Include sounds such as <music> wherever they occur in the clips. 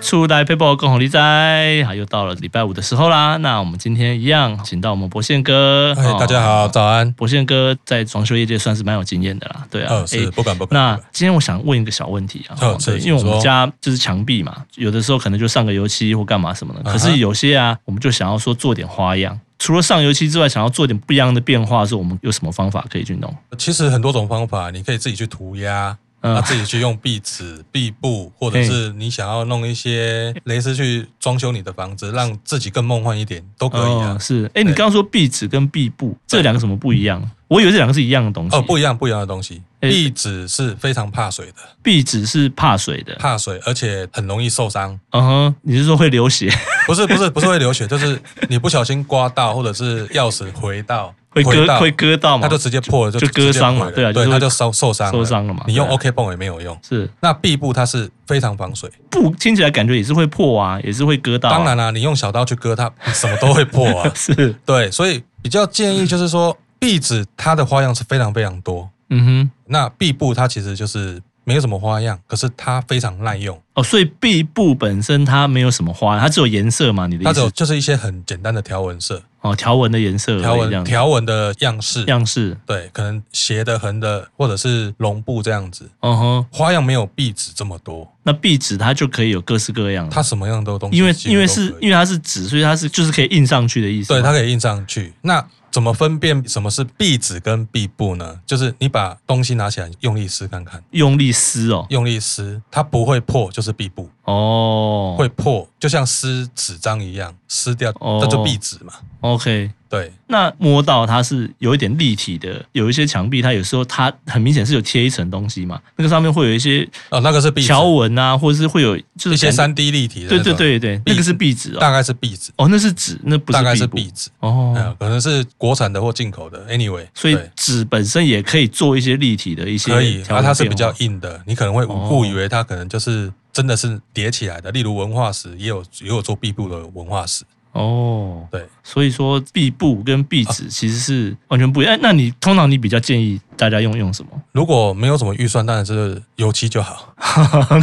出来 paper 共同理解。啊，又到了礼拜五的时候啦，那我们今天一样，请到我们博宪哥。 <laughs> 哎，大家好。好，早安。博宪哥在装修业界算是蛮有经验的啦，对啊，呃，是哎不敢不敢。那今天我想问一个小问题啊，哦对是因为我们说家就是墙壁嘛，有的时候可能就上个油漆或干嘛什么的，哈可是有些啊，我们就想要说做点花样。除了上油漆之外，想要做点不一样的变化，是我们有什么方法可以去弄？其实很多种方法，你可以自己去涂鸦，嗯啊，自己去用壁纸、壁布，或者是你想要弄 <laughs> 一些蕾丝去装修你的房子，让自己更梦幻一点，都可以哦啊。是，哎，你对刚刚说壁纸跟壁布这两个什么不一样？我以为这两个是一样的东西。哎哦，不一样，不一样的东西。哎壁纸是非常怕水的，壁纸是怕水的。怕水，而且很容易受伤。嗯哼，你是说会流血，不是不是不是会 <laughs> 流血，就是你不小心刮到，或者是钥匙回到会回割到会割到吗？它就直接破了，就直接割伤嘛毁了对啊就对，是它就受受伤受伤了嘛你用对啊 OK 泵也没有用。是那壁布它是非常防水，布听起来感觉也是会破啊，也是会割到啊、。当然啦、你用小刀去割它，什么都会破啊 <laughs> 是，对，所以比较建议就是说，壁纸它的花样是非常非常多。嗯哼，那壁布它其实就是没有什么花样，可是它非常耐用，哦，所以壁布本身它没有什么花，它只有颜色嘛？你的它意只有思？就是一些很简单的条纹色、哦，条纹的颜色而已，条这纹样子条纹的样式，样式，对，可能斜的、横的，或者是绒布这样子，哦哼，花样没有壁纸这么多，那壁纸它就可以有各式各样的它什么样的东西因为几乎因为都是可以因为它是纸，所以它是就是可以印上去的意思对，嘛。它可以印上去。那怎么分辨什么是壁纸跟壁布呢？就是你把东西拿起来用力撕看看，用力撕哦，用力撕，它不会破就是壁布，哦，会破就像撕纸张一样撕掉，哦这就壁纸嘛。 OK。对，那摸到它是有一点立体的，有一些墙壁它有时候它很明显是有贴一层东西嘛，那个上面会有一些哦，那个是壁纸，条纹啊，或者是会有就是一些感觉三 D 立体的，对对，对对，那个是壁纸哦，大概是壁纸，哦那是纸，那不是大概是布壁纸，哦嗯，，可能是国产的或进口的。Anyway，所以对纸本身也可以做一些立体的一些可以，条啊，纹它是变比较化硬的，你可能会哦误以为它可能就是真的是叠起来的。例如文化史也有也有做壁布的文化史，哦，对。所以说壁布跟壁纸其实是完全不一样。哎那你通常你比较建议大家用用什 <laughs> 么？如果没有什么预算，当然是油漆就好。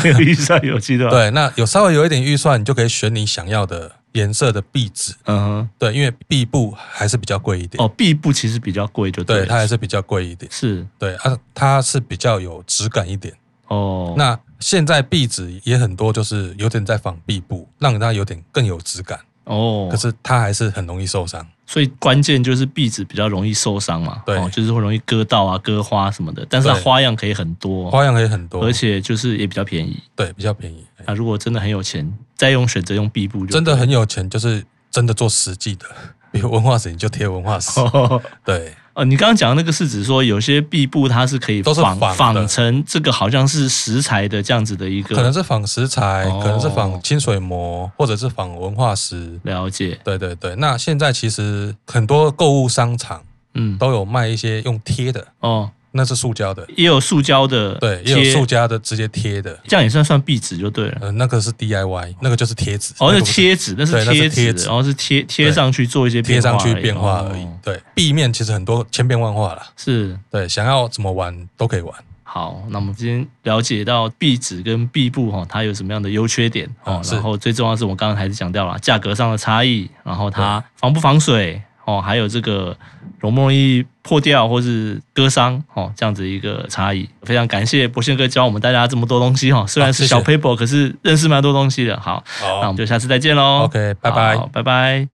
没有预算有记得吧？对，那有稍微有一点预算，你就可以选你想要的颜色的壁纸。嗯对，因为壁布还是比较贵一哼，点，哦，壁布其实比较贵，就对，了它还是比较贵一点。是对啊，它是比较有质感一点。哦。那现在壁纸也很多，就是有点在仿壁布，让它有点更有质感，哦可，是它还是很容易受伤。所以关键就是壁纸比较容易受伤嘛，对哦，就是会容易割到啊、割花什么的。但是它对花样可以很多，花样也很多，哦而且就是也比较便宜。对比较便宜。哎那如果真的很有钱，再用选择用壁布就真的很有钱，就是真的做实际的，比如文化史你就贴文化史，哦。对， <laughs> 哦，你刚刚讲的那个是指说有些壁布它是可以都是仿仿的仿成这个好像是石材的这样子的一个可能是仿石材，哦可能是仿清水模，或者是仿文化石。了解，对对对，那现在其实很多购物商场嗯，都有卖一些用贴的，哦，那是塑胶的，也有塑胶的，对，也贴有塑胶的直接贴的，这样也算算壁纸就对了。呃，那个是 DIY，那个就是贴纸，哦，那那个不是贴纸，那是对那是贴纸贴，纸然后是贴贴上去做一些贴变化上去而已变化而已哦。对，壁面其实很多千变万化啦，是对，想要怎么玩都可以玩。好，那我们今天了解到壁纸跟壁布哈，它有什么样的优缺点哦嗯，是然后最重要的是我刚刚还是讲掉了价格上的差异，然后它防不防水哦，还有这个容不容易破掉或是割伤哦，这样子一个差异。非常感谢博宪哥教我们大家这么多东西哈，虽然好是谢谢小 paper，可是认识蛮多东西的。好，那我好们就下次再见喽。 ，OK，拜拜好。拜拜。